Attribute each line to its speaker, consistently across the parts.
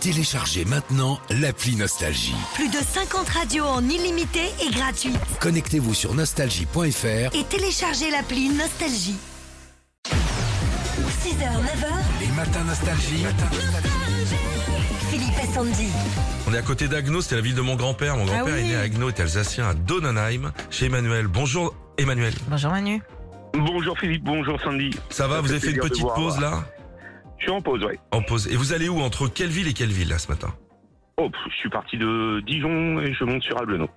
Speaker 1: Téléchargez maintenant l'appli Nostalgie.
Speaker 2: Plus de 50 radios en illimité et gratuite.
Speaker 1: Connectez-vous sur nostalgie.fr.
Speaker 2: Et téléchargez l'appli Nostalgie. 6h, 9h,
Speaker 1: Les matins Nostalgie.
Speaker 2: Philippe et Sandy.
Speaker 3: On est à côté d'Agno, c'était la ville de mon grand-père.
Speaker 4: Ah
Speaker 3: Mon grand-père est né à Agno, est alsacien à Donenheim, chez Emmanuel. Bonjour Emmanuel.
Speaker 4: Bonjour Manu.
Speaker 5: Bonjour Philippe, bonjour Sandy.
Speaker 3: Ça va,
Speaker 5: Ça
Speaker 3: vous
Speaker 5: fait
Speaker 3: avez fait une
Speaker 5: plaisir de
Speaker 3: petite
Speaker 5: voir.
Speaker 3: pause là
Speaker 5: Je suis en pause, ouais.
Speaker 3: En pause. Et vous allez où entre quelle ville et quelle ville là ce matin
Speaker 5: Oh, pff, je suis parti de Dijon et je monte sur Ablenot.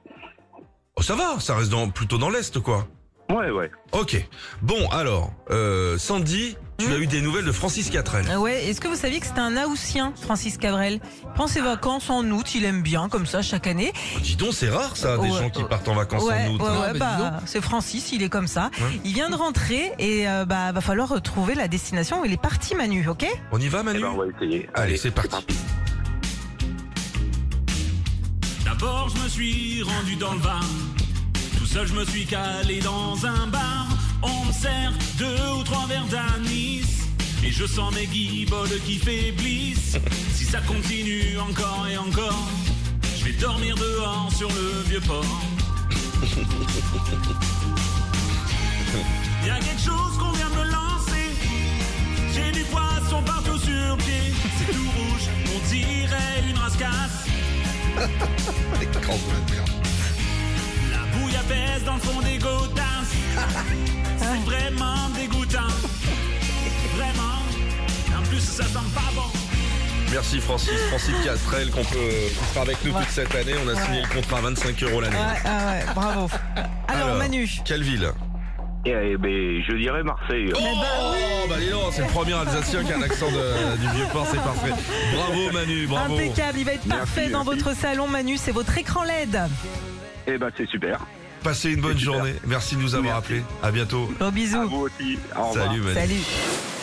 Speaker 3: Oh ça va, ça reste dans, plutôt dans l'Est quoi.
Speaker 5: Ouais, ouais.
Speaker 3: Ok. Bon alors, euh, Sandy, tu
Speaker 4: Mm.
Speaker 3: as eu des nouvelles de Francis Catrel.
Speaker 4: Ah Ouais, est-ce que vous saviez que c'était un Haussien, Francis Cabrel Il Prend ses vacances en août, il aime bien comme ça chaque année.
Speaker 3: Oh, dis donc, c'est rare ça, des
Speaker 4: Ouais,
Speaker 3: gens qui
Speaker 4: ouais.
Speaker 3: partent en vacances
Speaker 4: ouais,
Speaker 3: en août.
Speaker 4: ouais,
Speaker 3: hein.
Speaker 4: ouais,
Speaker 6: Ah, bah,
Speaker 4: bah,
Speaker 6: dis donc.
Speaker 4: c'est Francis, il est comme ça.
Speaker 3: Ouais.
Speaker 4: Il vient de rentrer et euh, bah va falloir retrouver la destination où il est parti, Manu, ok
Speaker 3: On y va
Speaker 5: Eh
Speaker 3: Manu
Speaker 5: ben, on va essayer.
Speaker 3: Allez, c'est parti.
Speaker 7: D'abord, je me suis rendu dans le bar. Tout seul, je me suis calé dans un bar. On me sert deux ou trois verres d'anis. Et je sens mes guibolles qui faiblissent. Si ça continue encore et encore, je vais dormir dehors sur le vieux port. Y a quelque chose qu'on vient de me lancer. J'ai du poisson partout sur pied. C'est tout rouge, on dirait une rascasse. La bouillabaisse dans le fond des godasses. C'est vraiment dégoûtant. Vraiment. En plus, ça sent pas bon.
Speaker 3: Merci Francis, Francis Catrel qu'on peut qui sera avec nous toute cette année. On a signé le contrat à 25 euros l'année.
Speaker 4: Ouais, ah ouais, bravo. Alors, Manu. Eh
Speaker 3: Quelle ville
Speaker 5: Eh ben, je dirais Marseille.
Speaker 3: Oh,
Speaker 4: ben
Speaker 3: bah dis donc, c'est le premier Alsacien qui a un accent de- du vieux port, c'est parfait. Bravo Manu, bravo.
Speaker 4: Impeccable, il va être parfait dans votre salon, Manu. C'est votre écran E LED.
Speaker 5: Eh ben, c'est super.
Speaker 3: Passez une bonne
Speaker 5: super.
Speaker 3: journée. Merci de nous avoir appelés. À bientôt.
Speaker 4: Bon
Speaker 5: À
Speaker 4: bisous.
Speaker 5: vous aussi. Au
Speaker 3: E
Speaker 5: revoir.
Speaker 3: Salut Manu.
Speaker 4: Salut.